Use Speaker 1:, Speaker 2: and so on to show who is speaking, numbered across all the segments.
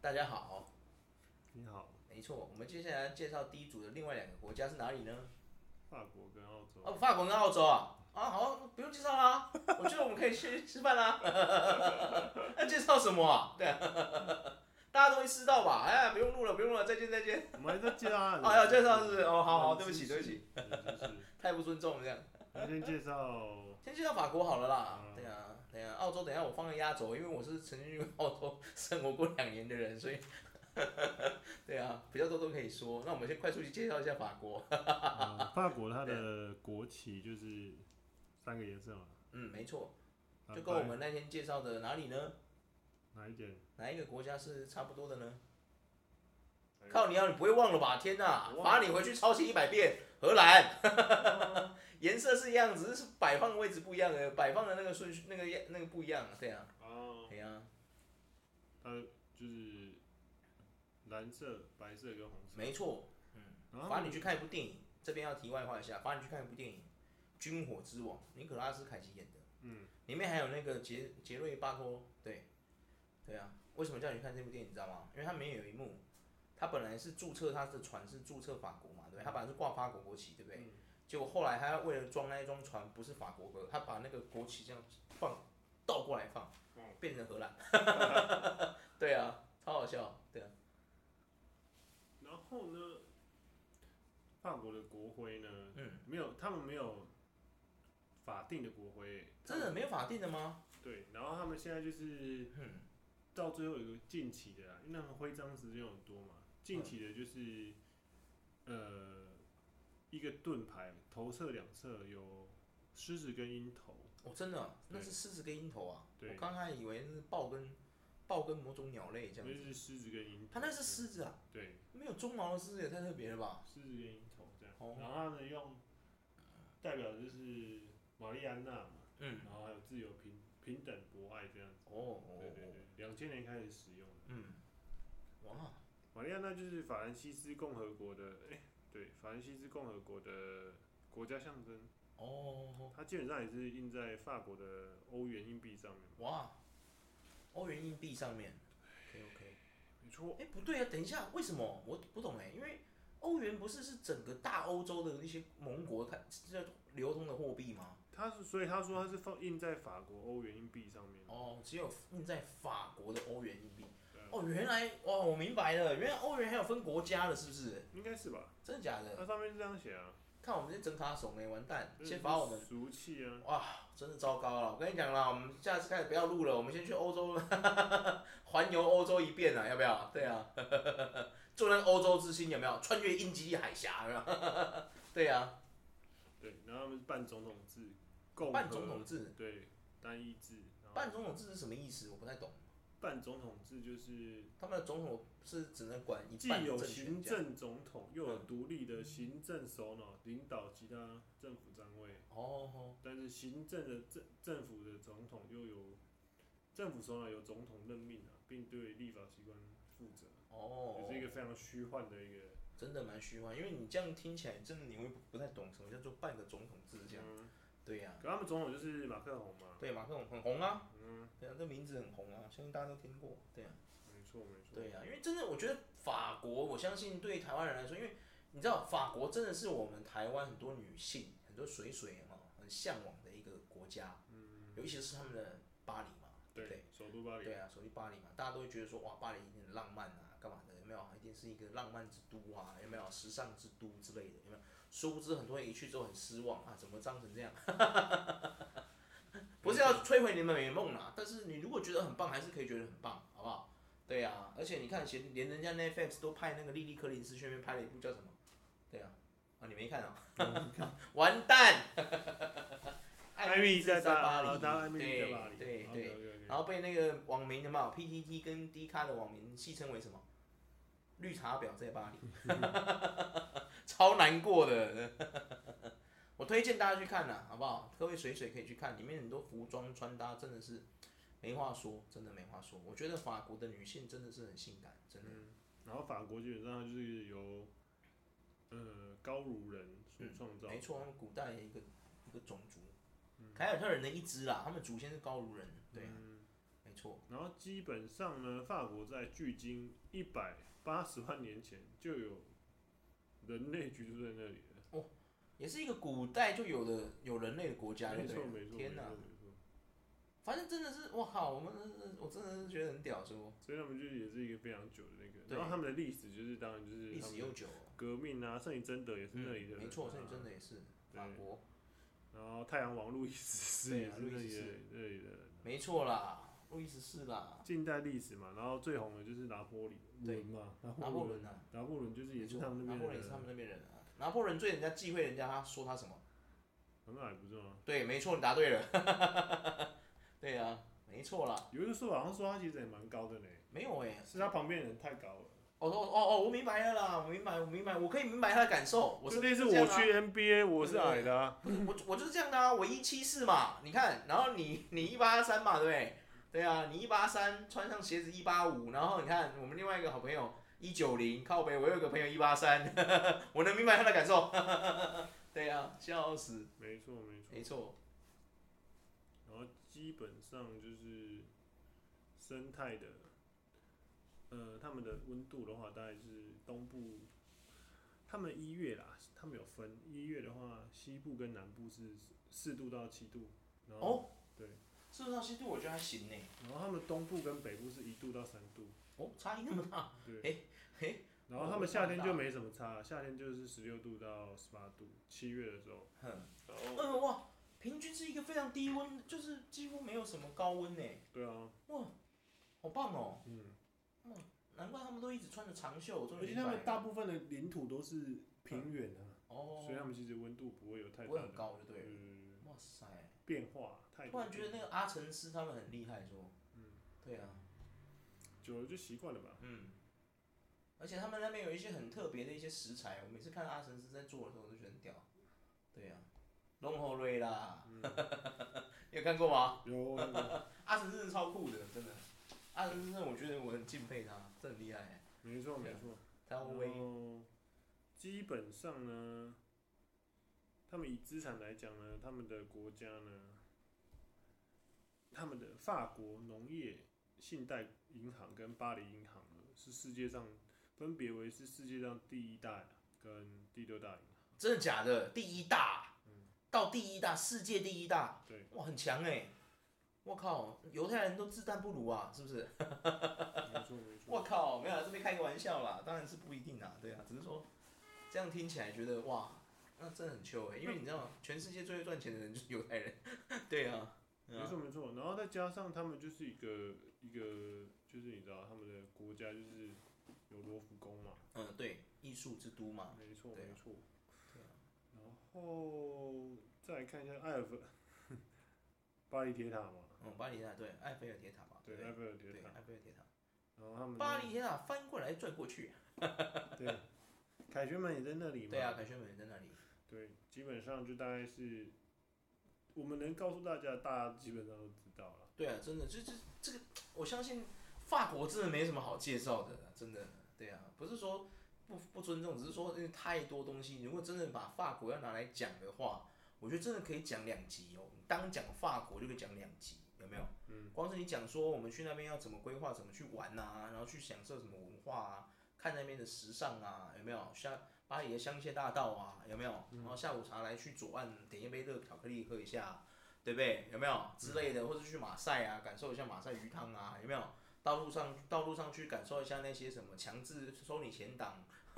Speaker 1: 大家好，
Speaker 2: 你好，
Speaker 1: 没错，我们接下来介绍第一组的另外两个国家是哪里呢？
Speaker 2: 法国跟澳洲。
Speaker 1: 哦，法国跟澳洲啊，啊，好，不用介绍啦，我觉得我们可以去吃饭啦。 那介绍什么啊？ 对啊，大家都会知道吧？哎，不用录了，不用录了，再见，再见。
Speaker 2: 我们还在介绍啊。
Speaker 1: 哦要介绍是不是哦好好对不起对不起
Speaker 2: 冷知识。
Speaker 1: 太不尊重了这样。
Speaker 2: 冷知识我们
Speaker 1: 先
Speaker 2: 先介绍
Speaker 1: 介绍法国好了啦。
Speaker 2: 嗯
Speaker 1: 对啊，对啊，澳洲等一下我放个压轴，因为我是曾经去澳洲 生活过两年的人，所以 对啊，比较多都可以说。那我们先快速去介绍一下法国。
Speaker 2: 呃法国它的国旗就是三个颜色嘛，
Speaker 1: 嗯，没错，
Speaker 2: 啊
Speaker 1: 就跟我们那天介绍的哪里呢？
Speaker 2: 哪一点？
Speaker 1: 哪一个国家是差不多的呢？
Speaker 2: 哪一个
Speaker 1: 靠你啊，你不会忘了吧？天哪
Speaker 2: 哎我，忘了
Speaker 1: 罚你回去抄写一百遍。荷 兰，颜色是一样，只是摆放的位置不一样而已，摆放的那个顺序、那个样那个不一样。对啊，
Speaker 2: 哦，
Speaker 1: 对啊，
Speaker 2: 它就是蓝色、白色跟红色。
Speaker 1: 没错。
Speaker 2: 然后
Speaker 1: 罚你去看一部电影，这边要题外话一下，罚你去看一部电影《军火之王》，尼可拉斯凯奇演的，
Speaker 2: 嗯，
Speaker 1: 里面还有那个杰杰瑞巴托，对，对啊，为什么叫你看这部电影，你知道吗？因为它里面有一幕，他本来是注册他的船是注册法国嘛，对不对，他本来是挂法国国旗，对不对？
Speaker 2: 嗯
Speaker 1: 结果后来他为了装那一装船不是法国的，他把那个国旗这样放倒过来放
Speaker 2: 嗯，
Speaker 1: 变成荷兰， 对啊，超好笑，对啊，
Speaker 2: 然后呢，法国的国徽呢，
Speaker 1: 嗯，
Speaker 2: 没有，他们没有法定的国徽。
Speaker 1: 真的没有法定的吗？
Speaker 2: 对，然后他们现在就是
Speaker 1: 嗯。
Speaker 2: 到最后有一个近期的啦，啊因为他们徽章时间很多嘛，
Speaker 1: 嗯
Speaker 2: 近期的就是、呃一个盾牌，头侧两侧有狮子跟鹰头，
Speaker 1: 哦，真的啊、
Speaker 2: 对
Speaker 1: 那是狮子跟鹰头啊！
Speaker 2: 对
Speaker 1: 我刚才以为那是豹跟豹跟某种鸟类这
Speaker 2: 那
Speaker 1: 样
Speaker 2: 就
Speaker 1: 子。
Speaker 2: 是狮子跟鹰头。
Speaker 1: 它那是狮子啊，
Speaker 2: 对，
Speaker 1: 没有鬃毛的狮子也太特别了吧？
Speaker 2: 狮子跟鹰头这样，
Speaker 1: 哦
Speaker 2: 然后他们用代表就是玛丽安娜嘛，
Speaker 1: 嗯，
Speaker 2: 然后还有自由平平等博爱这样子，
Speaker 1: 哦哦哦，
Speaker 2: 对对
Speaker 1: 哦
Speaker 2: 对，两千年开始使用的。
Speaker 1: 嗯，哇，
Speaker 2: 玛丽安娜就是法兰西斯共和国的，哎、对，法兰西斯共和国的国家象征。
Speaker 1: 哦
Speaker 2: 它基本上也是印在法国的欧元硬币上面嘛。
Speaker 1: 哇，欧元硬币上面，OK OK。
Speaker 2: 没错，
Speaker 1: 哎，不对啊，等一下，为什么我不懂哎？因为欧元不是是整个大欧洲的那些盟国它这流通的货币吗？
Speaker 2: 它是所以他说它是放印在法国欧元硬币上面。
Speaker 1: 哦，只有印在法国的欧元硬币。
Speaker 2: 对啊，
Speaker 1: 哦，原来哇，我明白了，原来欧元还有分国家的，是不是？
Speaker 2: 应该是吧？
Speaker 1: 真的假的？
Speaker 2: 它上面是这样写啊。
Speaker 1: 看我们这整卡怂哎，完蛋，
Speaker 2: 就是
Speaker 1: 先罚我们，
Speaker 2: 俗气啊！
Speaker 1: 哇，真的糟糕了。我跟你讲啦，我们下次开始不要录了，我们先去欧洲 环游欧洲一遍啊，要不要？对啊， 做那个欧洲之星有没有？穿越英吉利海峡有没有？ 对啊，
Speaker 2: 对，然后他们是半总统制，共和
Speaker 1: 半总统制，
Speaker 2: 对单一制。然后
Speaker 1: 半总统制是什么意思？我不太懂。
Speaker 2: 半总统制就是
Speaker 1: 他们的总统是只能管一
Speaker 2: 既
Speaker 1: 半的
Speaker 2: 有
Speaker 1: 政
Speaker 2: 行
Speaker 1: 权这样。
Speaker 2: 政总统，又有独立的行政首脑领导其他政府单位。
Speaker 1: 哦，
Speaker 2: 但是行政的政政府的总统又有政府首脑由总统任命啊，并对立法机关负责，
Speaker 1: 哦，
Speaker 2: 也是一个非常虚幻的一个。
Speaker 1: 真的蛮虚幻，因为你这样听起来，真的你会不太懂什么叫做半个总统制这样。
Speaker 2: 嗯，
Speaker 1: 对呀、
Speaker 2: 可他们总统就是马克龙嘛。
Speaker 1: 对马克龙很红啊，
Speaker 2: 嗯，
Speaker 1: 对啊，这名字很红啊，相信大家都听过。对啊，
Speaker 2: 没错没错。
Speaker 1: 对啊，因为真的，我觉得法国，我相信对台湾人来说，因为你知道法国真的是我们台湾很多女性、很多水水哦，很向往的一个国家，
Speaker 2: 嗯，
Speaker 1: 尤其是他们的巴黎嘛，对
Speaker 2: 对，
Speaker 1: 不对？
Speaker 2: 首都巴黎。
Speaker 1: 对啊，首先巴黎嘛，大家都会觉得说哇，巴黎一定很浪漫啊，干嘛的？有没有？一定是一个浪漫之都啊，有没有？时尚之都之类的，有没有？殊不知很多人一去之后很失望啊，怎么脏成这样？ 不是要摧毁你们美梦啦，但是你如果觉得很棒，还是可以觉得很棒，好不好？对啊，而且你看，连连人家 Netflix 都拍那个莉莉·柯林斯去那边拍了一部叫什么？对啊，啊你没看啊、 完蛋！
Speaker 2: 艾米在
Speaker 1: 巴
Speaker 2: 哦
Speaker 1: 黎，
Speaker 2: 当然艾米丽在
Speaker 1: 对
Speaker 2: 巴黎。
Speaker 1: 对对。
Speaker 2: 对
Speaker 1: 然后被那个网民的嘛 PTT 跟 D 咖的网民戏称为什么？绿茶婊在巴黎， 超难过的。 我推荐大家去看呐、好不好？各位水水可以去看，里面很多服装穿搭真的是没话说，真的没话说。我觉得法国的女性真的是很性感，真的。
Speaker 2: 嗯，然后法国基本上就是由呃高卢人所创造。
Speaker 1: 没错，古代的一个一个种族，凯尔特人的一支啦，他们祖先是高卢人，对啊，
Speaker 2: 嗯嗯
Speaker 1: 没错，
Speaker 2: 然后基本上呢，法国在距今一百八十万年前就有人类居住在那里了。
Speaker 1: 也是一个古代就有的有人类的国家，对
Speaker 2: 没
Speaker 1: 不
Speaker 2: 错，
Speaker 1: 对
Speaker 2: 没
Speaker 1: 了？
Speaker 2: 错，没
Speaker 1: 天
Speaker 2: 错
Speaker 1: 哪，，
Speaker 2: 没错。
Speaker 1: 反正真的是，我靠，我们我真的是觉得很屌，说
Speaker 2: 所以他们就也是一个非常久的那个，
Speaker 1: 对
Speaker 2: 然后他们的历史就是当然就是
Speaker 1: 历
Speaker 2: 他
Speaker 1: 史
Speaker 2: 们
Speaker 1: 悠久哦。嗯
Speaker 2: 革命啊，圣女贞德也是那里的人、啊
Speaker 1: 没错，所以真的也是
Speaker 2: 对
Speaker 1: 法国，
Speaker 2: 然后太阳王路易十四
Speaker 1: 对
Speaker 2: 也
Speaker 1: 啊
Speaker 2: 是那
Speaker 1: 路易
Speaker 2: 里
Speaker 1: 十
Speaker 2: 的
Speaker 1: 四
Speaker 2: 人那里的人啊、
Speaker 1: 没错啦，路易十四啦，
Speaker 2: 近代历史嘛，然后最红的就是拿破里
Speaker 1: 对
Speaker 2: 伦嘛，
Speaker 1: 拿破
Speaker 2: 拿破
Speaker 1: 仑
Speaker 2: 仑，
Speaker 1: 啊，
Speaker 2: 拿破仑就是也
Speaker 1: 没
Speaker 2: 是
Speaker 1: 错，
Speaker 2: 他们那
Speaker 1: 拿
Speaker 2: 边
Speaker 1: 破
Speaker 2: 的
Speaker 1: 仑也是
Speaker 2: 人
Speaker 1: 他
Speaker 2: 啊，
Speaker 1: 们那边人啊。拿破仑最人家忌讳人家他说他什么？
Speaker 2: 很矮不是啊吗？
Speaker 1: 对，没错，你答对了。 对啊，没错啦，
Speaker 2: 有一个说法好像说他其实也蛮高的呢，
Speaker 1: 没有哎、
Speaker 2: 是他旁边的人太高了。
Speaker 1: 哦哦哦哦，我明白了啦，我明白，我明白，我可以明白他的感受。我是
Speaker 2: 就类似
Speaker 1: 这样
Speaker 2: 我
Speaker 1: 啊
Speaker 2: 去 NBA，我是矮的、啊，
Speaker 1: 我我就是这样的啊，我一七四嘛，你看，然后你你一八三嘛，对不对？对啊，你一八三，穿上鞋子一八五，然后你看我们另外一个好朋友一九零，靠北，我有一个朋友一八三， 我能明白他的感受。 对啊，笑死，
Speaker 2: 没错没错
Speaker 1: 没。错，
Speaker 2: 啊然后基本上就是生态的，呃，他们的温度的话，大概是东部，他们一月啦，他们有分一月的话，西部跟南部是四度到七度，然后、
Speaker 1: 哦
Speaker 2: 对，
Speaker 1: 四十上西度我觉得还行呢、
Speaker 2: 然后他们东部跟北部是一度到三度，
Speaker 1: 哦，差异那么大，
Speaker 2: 对，
Speaker 1: 诶诶哦
Speaker 2: 然后他们夏天就没什么差，夏天就是十六度到十八度，七月的时候，
Speaker 1: 哼，
Speaker 2: 然
Speaker 1: 哎
Speaker 2: 后
Speaker 1: 呦哇，平均是一个非常低温，就是几乎没有什么高温呢、
Speaker 2: 对啊，
Speaker 1: 好棒哦，
Speaker 2: 嗯，
Speaker 1: 难怪他们都一直穿着长袖，我终于
Speaker 2: 而
Speaker 1: 明
Speaker 2: 且他
Speaker 1: 白
Speaker 2: 们大
Speaker 1: 了
Speaker 2: 部分的领土都是平原啊。
Speaker 1: 哦
Speaker 2: 所以，他们其实温度不会有太
Speaker 1: 不会
Speaker 2: 大
Speaker 1: 很
Speaker 2: 的
Speaker 1: 高就对了。
Speaker 2: 嗯
Speaker 1: 哇塞！
Speaker 2: 变化，太
Speaker 1: 突
Speaker 2: 多
Speaker 1: 然觉得那
Speaker 2: 变化
Speaker 1: 个阿成师他们很厉害，说，
Speaker 2: 嗯，
Speaker 1: 对啊，
Speaker 2: 久了就习惯了吧。
Speaker 1: 嗯，而且他们那边有一些很特别的一些食材，我每次看阿成师在做的时候，我都觉得很屌。对啊，龙喉瑞啦，
Speaker 2: 嗯
Speaker 1: 你 有看过吗？
Speaker 2: 有那个
Speaker 1: 阿成师真的超酷的，真的。阿成师，我觉得我很敬佩他，真的很厉害。
Speaker 2: 没错
Speaker 1: 对
Speaker 2: 没
Speaker 1: 啊
Speaker 2: 错，
Speaker 1: 他
Speaker 2: 然
Speaker 1: 威，
Speaker 2: 后基本上呢，他们以资产来讲呢，他们的国家呢，他们的法国农业信贷银行跟巴黎银行呢，是世界上分别为是世界上第一大跟第六大银行。
Speaker 1: 真的假的？第一大
Speaker 2: 嗯，
Speaker 1: 到第一大，世界第一大，
Speaker 2: 对，
Speaker 1: 哇，很强哎、我靠，犹太人都自叹不如啊，是不是？
Speaker 2: 没错没
Speaker 1: 我
Speaker 2: 错。
Speaker 1: 靠，没有啊啦，这边开个玩笑啦，当然是不一定啦，对啊，只是说这样听起来觉得哇，那真的很糗哎、因为你知道，全世界最会赚钱的人就是犹太人， 对啊，对
Speaker 2: 没
Speaker 1: 啊
Speaker 2: 错没错，然后再加上他们就是一个一个，就是你知道他们的国家就是有罗浮宫嘛，
Speaker 1: 嗯，对，艺术之都嘛，
Speaker 2: 没错
Speaker 1: 对啊
Speaker 2: 没错。
Speaker 1: 对啊，
Speaker 2: 然后再来看一下埃尔夫 巴黎铁塔嘛，
Speaker 1: 嗯，巴黎铁塔对，埃菲尔铁塔嘛，对
Speaker 2: 对
Speaker 1: 不
Speaker 2: 埃
Speaker 1: 对，
Speaker 2: 菲尔铁
Speaker 1: 对，
Speaker 2: 塔，
Speaker 1: 埃菲尔铁塔，
Speaker 2: 然后他们
Speaker 1: 巴黎铁塔翻过来转过去，
Speaker 2: 对凯旋门也在那里嘛，
Speaker 1: 对啊，凯旋门也在那里，
Speaker 2: 对，基本上就大概是我们能告诉大家，大家基本上都知道了。
Speaker 1: 对啊，真的，这这这个，我相信法国真的没什么好介绍的啦，真的，对啊，不是说不不尊重，只是说因为太多东西，如果真的把法国要拿来讲的话，我觉得真的可以讲两集哦。你单讲法国就可以讲两集，有没有？
Speaker 2: 嗯，
Speaker 1: 光是你讲说我们去那边要怎么规划、怎么去玩啊，然后去享受什么文化啊，看那边的时尚啊，有没有？像巴黎的香榭大道啊，有没有？然后下午茶来去左岸点一杯热巧克力喝一下，啊对不对？有没
Speaker 2: 嗯
Speaker 1: 有之类的？或者去马赛啊，感受一下马赛鱼汤啊，有没有？道路上道路上去感受一下那些什么强制收你前档，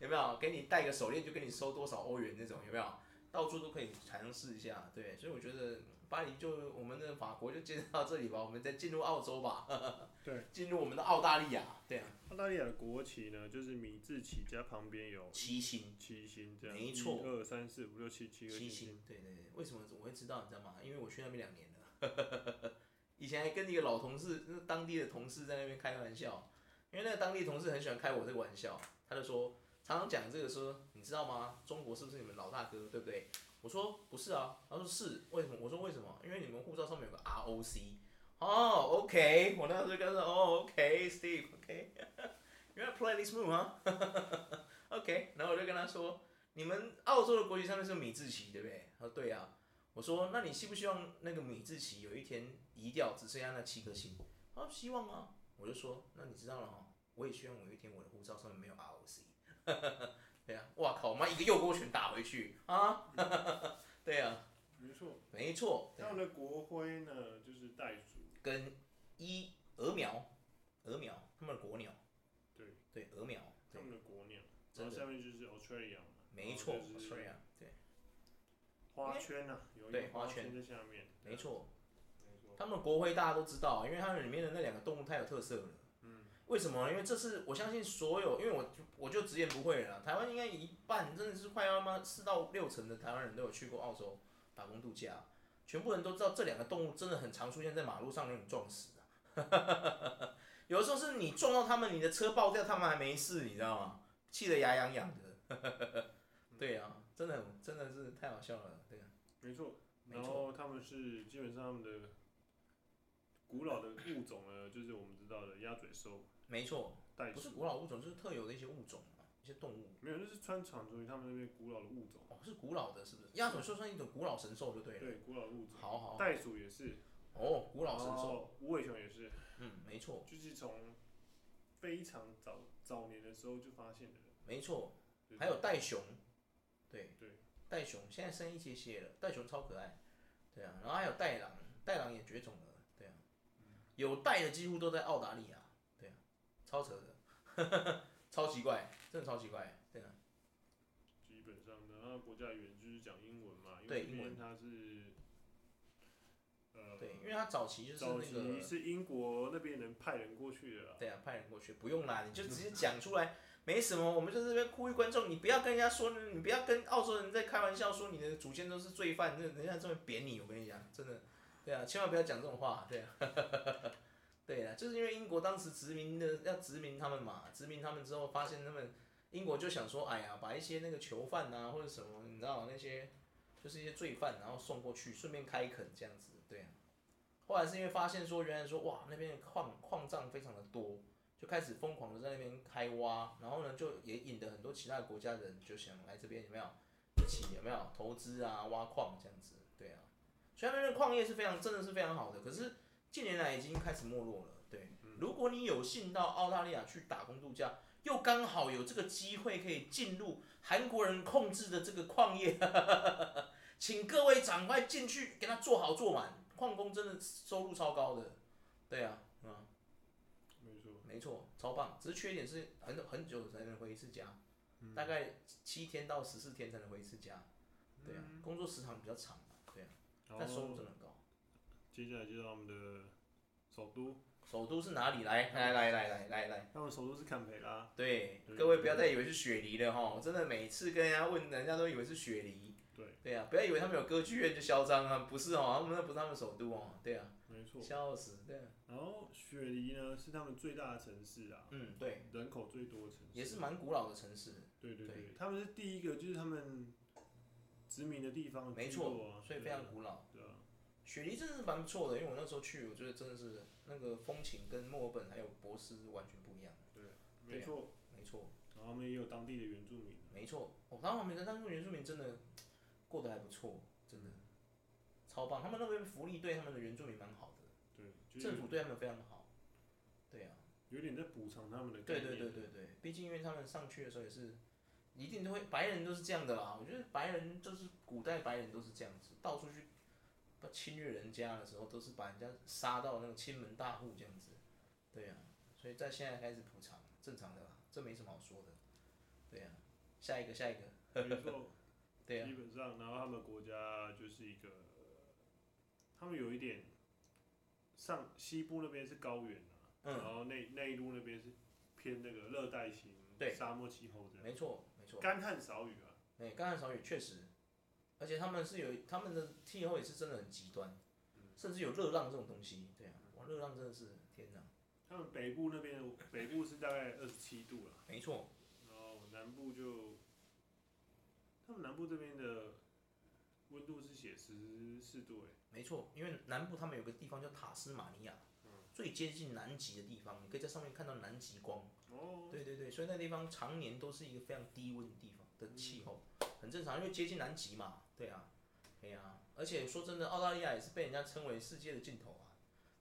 Speaker 1: 有没有？给你戴个手链就给你收多少欧元那种，有没有？到处都可以尝试一下，对，所以我觉得巴黎就我们的法国就介绍到这里吧，我们再进入澳洲吧，
Speaker 2: 对，
Speaker 1: 进入我们的澳大利亚，对啊，
Speaker 2: 澳大利亚的国旗呢，就是米字旗加旁边有
Speaker 1: 骑行，
Speaker 2: 七星这样，
Speaker 1: 没错
Speaker 2: 一二三四五六七七个
Speaker 1: 骑
Speaker 2: 星
Speaker 1: 行
Speaker 2: 星，，
Speaker 1: 对对对，为什么我会知道你知道吗？因为我去那边两年了， 以前还跟一个老同事，就是当地的同事在那边开玩笑，因为那个当地同事很喜欢开我这个玩笑，他就说常常讲这个说，你知道吗？中国是不是你们老大哥，对不对？我说不是啊，他说是，为什么？我说为什么？因为你们护照上面有个 ROC。哦，OK，我那时候就跟他说，哦，OK，Steve，OK，you wanna play this move 啊，OK，然后我就跟他说，你们澳洲的国旗上面是米字旗，对不对？他说对啊，我说那你希不希望那个米字旗有一天移掉，只剩下那七颗星？他说希望啊。我就说那你知道了哈，我也希望有一天我的护照上面没有 ROC。对啊，哇靠，妈一个右勾拳打回去啊！ 对啊，
Speaker 2: 没错。
Speaker 1: 没错，对啊
Speaker 2: 他们的国徽呢，就是袋鼠，
Speaker 1: 跟一鹅苗，鹅苗他们的国鸟，
Speaker 2: 对，
Speaker 1: 对鹅苗，
Speaker 2: 他
Speaker 1: 对，
Speaker 2: 们的国鸟，然
Speaker 1: 真
Speaker 2: 后
Speaker 1: 的
Speaker 2: 下面就是 Australia 嘛，
Speaker 1: 没错
Speaker 2: 然后就是
Speaker 1: ，Australia，对，
Speaker 2: 花圈啊，有一
Speaker 1: 对
Speaker 2: 个
Speaker 1: 花
Speaker 2: 圈
Speaker 1: 圈
Speaker 2: 在下面，
Speaker 1: 没错，
Speaker 2: 没错，
Speaker 1: 他们的国徽大家都知道，因为他们里面的那两个动物太有特色了。
Speaker 2: 嗯，
Speaker 1: 为什么？因为这是我相信所有，因为我就我就直言不讳了啦，台湾应该一半真的是快要妈四到六成的台湾人都有去过澳洲打工度假，全部人都知道这两个动物真的很常出现在马路上，让你撞死啊。 有的时候是你撞到他们，你的车爆掉，他们还没事，你知道吗？气得牙痒痒的。 对啊，真的很真的是太好笑了，对啊，
Speaker 2: 没错。
Speaker 1: 没
Speaker 2: 然
Speaker 1: 错
Speaker 2: 后他们是基本上他们的古老的物种呢，就是我们知道的鸭嘴兽、
Speaker 1: 没错，
Speaker 2: 袋
Speaker 1: 哎不是
Speaker 2: 鼠，
Speaker 1: 古老物种，就是特有的一些物种嘛，一些动物。
Speaker 2: 没有，就是穿长族于他们那边古老的物种，
Speaker 1: 哦，是古老的，是不是？亚索兽算一种古老神兽就对了。
Speaker 2: 对，古老的物种。
Speaker 1: 好好
Speaker 2: 袋鼠也是，
Speaker 1: 哦，古老神兽，
Speaker 2: 兽，无尾熊也是，
Speaker 1: 嗯，没错，
Speaker 2: 就是从非常早早年的时候就发现的了。
Speaker 1: 没错，
Speaker 2: 对
Speaker 1: 还有袋熊，对
Speaker 2: 对，
Speaker 1: 袋熊现在剩一些些了，袋熊超可爱，对啊，然后还有袋狼，袋狼也绝种了，对啊，
Speaker 2: 嗯
Speaker 1: 有袋的几乎都在澳大利亚，对啊，超扯的， 超奇怪，真的超奇怪，对啊，
Speaker 2: 基本上的，那国家语言就是讲英文嘛，因
Speaker 1: 对
Speaker 2: 为
Speaker 1: 英文
Speaker 2: 文它是，呃，
Speaker 1: 对，因为它早期就是
Speaker 2: 早
Speaker 1: 那个
Speaker 2: 期是英国那边人派人过去的啦，
Speaker 1: 对啊，派人过去不用啦，你就直接讲出来，没什么。我们就这边呼吁观众，你不要跟人家说，你不要跟澳洲人在开玩笑说你的祖先都是罪犯，那人家这么扁你。我跟你讲，真的，对啊，千万不要讲这种话，对啊， 对啊，就是因为英国当时殖民的要殖民他们嘛，殖民他们之后发现他们英国就想说，哎呀，把一些那个囚犯啊或者什么，你知道那些就是一些罪犯，然后送过去，顺便开垦这样子，对啊。后来是因为发现说，原来说哇，那边的矿矿藏非常的多，就开始疯狂的在那边开挖，然后呢，就也引得很多其他国家的人就想来这边有没有一起有没有投资啊，挖矿这样子，对啊，所以那边的矿业是非常真的是非常好的，可是近年来已经开始没落了。对，如果你有幸到澳大利亚去打工度假，又刚好有这个机会可以进入韩国人控制的这个矿业，请各位赶快进去给他做好做满，矿工真的收入超高的，对啊，嗯。
Speaker 2: 没错，
Speaker 1: 没错，超棒。只是缺点是很很久才能回一次家，大概七天到十四天才能回一次家。对啊，工作时长比较长嘛，对啊，但
Speaker 2: 然
Speaker 1: 收入
Speaker 2: 后
Speaker 1: 真的很高。
Speaker 2: 接下来就是他们的首都，
Speaker 1: 首都是哪里？来来来来来来来，
Speaker 2: 他们首都是堪培拉，
Speaker 1: 对，
Speaker 2: 对
Speaker 1: 各位不要再以为是雪梨了哈，真的每次跟人家问，人家都以为是雪梨。
Speaker 2: 对，
Speaker 1: 对啊，不要以为他们有歌剧院就嚣张啊，不是哦，他们那不是他们首都哦，对啊，
Speaker 2: 没错。
Speaker 1: 笑死，对啊，
Speaker 2: 然后雪梨呢是他们最大的城市啊，
Speaker 1: 嗯，对，
Speaker 2: 人口最多的城市，
Speaker 1: 也是蛮古老的城市，
Speaker 2: 对对
Speaker 1: 对
Speaker 2: 对，他们是第一个就是他们殖民的地方，
Speaker 1: 没
Speaker 2: 居
Speaker 1: 错
Speaker 2: 落啊，
Speaker 1: 所以非常古老。
Speaker 2: 对啊，
Speaker 1: 雪梨真的是蛮不错的，因为我那时候去，我觉得真的是那个风情跟墨尔本还有博斯完全不一样。
Speaker 2: 没错。
Speaker 1: 没错，
Speaker 2: 然后他们也有当地的原住民，
Speaker 1: 没错。哦，他们每个当地原住民真的过得还不错，真的
Speaker 2: 嗯
Speaker 1: 超棒。他们那边福利对他们的原住民蛮好的，
Speaker 2: 对，就是
Speaker 1: 政府对他们非常好。对啊，
Speaker 2: 有点在补偿他们的概
Speaker 1: 对对
Speaker 2: 念。
Speaker 1: 对对对，毕竟因为他们上去的时候也是，一定都会白人都是这样的啦。我觉得白人就是古代白人都是这样子，到处去侵略人家的时候，都是把人家杀到那个亲门大户这样子。对啊，所以在现在开始补偿，正常的啦，这没什么好说的。对啊，下一个下一个，
Speaker 2: 没错，
Speaker 1: 对啊
Speaker 2: 基，本上，然后他们国家就是一个，他们有一点上西部那边是高原啊，
Speaker 1: 嗯
Speaker 2: 然后内内陆那边是偏那个热带型
Speaker 1: 对
Speaker 2: 沙漠气候这样，
Speaker 1: 没错没错。
Speaker 2: 干旱少雨啊，
Speaker 1: 哎、干旱少雨确实，而且他们是有他们的气候也是真的很极端，
Speaker 2: 嗯
Speaker 1: 甚至有热浪这种东西。对啊，哇，热浪真的是天哪，
Speaker 2: 他们北部那边北部是大概二十七度啊啦，
Speaker 1: 没错。
Speaker 2: 然后哦南部就，他们南部这边的温度是写十四度哎、
Speaker 1: 没错，因为南部他们有个地方叫塔斯马尼亚，最接近南极的地方，你可以在上面看到南极光。
Speaker 2: 哦，
Speaker 1: 对对对，所以那地方常年都是一个非常低温的地方的气候，很正常，因为接近南极嘛。对啊，对啊，而且说真的，澳大利亚也是被人家称为世界的尽头啊。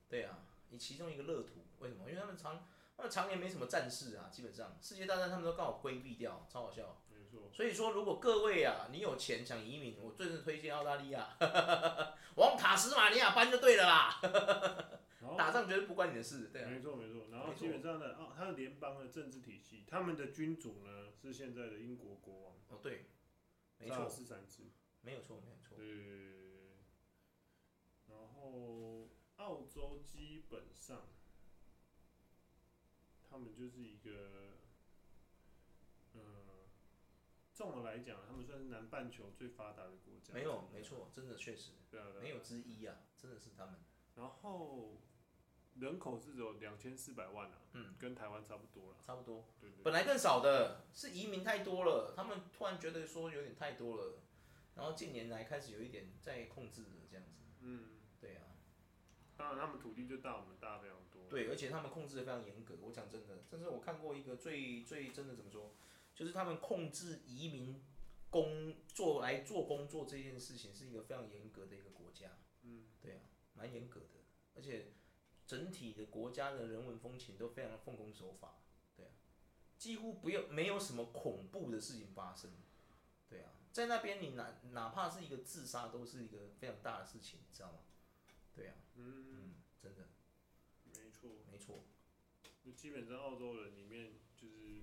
Speaker 1: 对啊，以其中一个乐土，为什么？因为他们常他们常年没什么战事啊，基本上世界大战他们都刚好规避掉，超好笑。
Speaker 2: 没错，
Speaker 1: 所以说，如果各位啊，你有钱想移民，我最是推荐澳大利亚， 往塔斯马尼亚搬就对了啦。
Speaker 2: 然后
Speaker 1: 打仗绝对不关你的事，对啊，
Speaker 2: 没错没错，然后
Speaker 1: 没错
Speaker 2: 基本上呢，哦，他的联邦的政治体系，他们的君主呢是现在的英国国王
Speaker 1: 哦对，没
Speaker 2: 查尔
Speaker 1: 错，
Speaker 2: 斯三世，
Speaker 1: 没有错，没有错。
Speaker 2: 对，然后澳洲基本上，他们就是一个，呃，纵的来讲，他们算是南半球最发达的国家。
Speaker 1: 没有，没。错，真的确实
Speaker 2: 对啊，对啊
Speaker 1: 没有。之一啊，真的是他们。
Speaker 2: 然后人口是只有两千四百万啊，
Speaker 1: 嗯，
Speaker 2: 跟台湾差不多了。
Speaker 1: 差不多，
Speaker 2: 对对
Speaker 1: 本来更少的，是移民太多了，他们突然觉得说有点太多了，然后近年来开始有一点在控制了这样子。
Speaker 2: 嗯，
Speaker 1: 对啊，
Speaker 2: 当然他们土地就大我们大非常多。
Speaker 1: 对，而且他们控制的非常严格。我讲真的，但是我看过一个最最真的怎么说，就是他们控制移民工作来做工作这件事情是一个非常严格的一个国家。嗯，对啊，蛮严格的，而且整体的国家的人文风情都非常的奉公守法。对啊，几乎不要没有什么恐怖的事情发生。对啊，在那边你哪哪怕是一个自杀都是一个非常大的事情，你知道吗？对啊，
Speaker 2: 嗯，
Speaker 1: 嗯，真的
Speaker 2: 没错。
Speaker 1: 没错。
Speaker 2: 就基本上澳洲人里面就是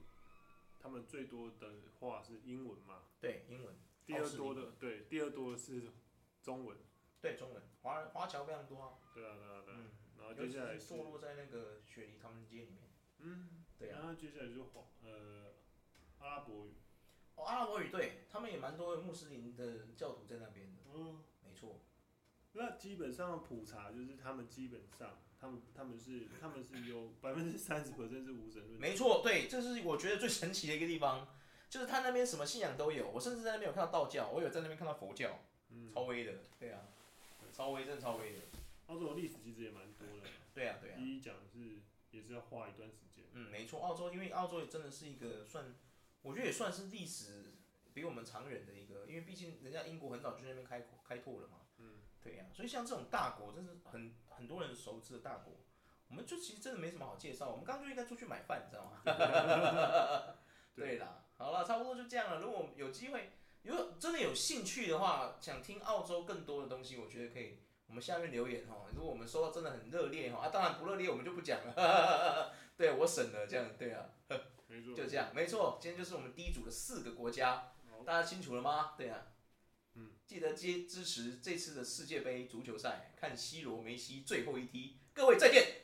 Speaker 2: 他们最多的话是英文嘛，
Speaker 1: 对，英文。
Speaker 2: 第二多的对，第二多的是中文，
Speaker 1: 对中文，华人华侨非常多啊，
Speaker 2: 对啊对啊对啊，
Speaker 1: 嗯
Speaker 2: 然后
Speaker 1: 尤
Speaker 2: 接
Speaker 1: 其
Speaker 2: 下来
Speaker 1: 是
Speaker 2: 是
Speaker 1: 坐落在那个雪梨唐人街里面。
Speaker 2: 嗯，
Speaker 1: 对啊，
Speaker 2: 然后接下来就黄呃阿拉伯语，
Speaker 1: 哦，阿拉伯语对他们也蛮多的穆斯林的教徒在那边的，
Speaker 2: 嗯，
Speaker 1: 没错，
Speaker 2: 那基本上普查就是他们基本上他们他们是他们是 有百分之三十 percent 是无神论，
Speaker 1: 没错，对，这是我觉得最神奇的一个地方，就是他那边什么信仰都有，我甚至在那边有看到道教，我有在那边看到佛教，
Speaker 2: 嗯，
Speaker 1: 超威的，对啊，超威真的超威的，
Speaker 2: 澳洲的历史其实也蛮多的，
Speaker 1: 对啊对啊，
Speaker 2: 一一讲是也是要花一段时 间，
Speaker 1: 嗯，没错，澳洲因为澳洲也真的是一个算，我觉得也算是历史比我们长远的一个，因为毕竟人家英国很早就在那边开开拓了嘛。
Speaker 2: 嗯，
Speaker 1: 对呀、所以像这种大国，真是很很多人熟知的大国，我们就其实真的没什么好介绍。我们刚刚就应该出去买饭，你知道吗？
Speaker 2: 啊
Speaker 1: 对啦，好啦，差不多就这样了。如果有机会，如果真的有兴趣的话，想听澳洲更多的东西，我觉得可以。我们下面留言哈，如果我们收到真的很热烈哈，啊，当然不热烈我们就不讲了。 对，我省了这样，对啊，
Speaker 2: 没错，
Speaker 1: 就这样，没错。今天就是我们第一组的四个国家，
Speaker 2: 好，
Speaker 1: 大家清楚了吗？对啊，
Speaker 2: 嗯，
Speaker 1: 记得接支持这次的世界杯足球赛，看 C 罗、梅西最后一踢。各位再见。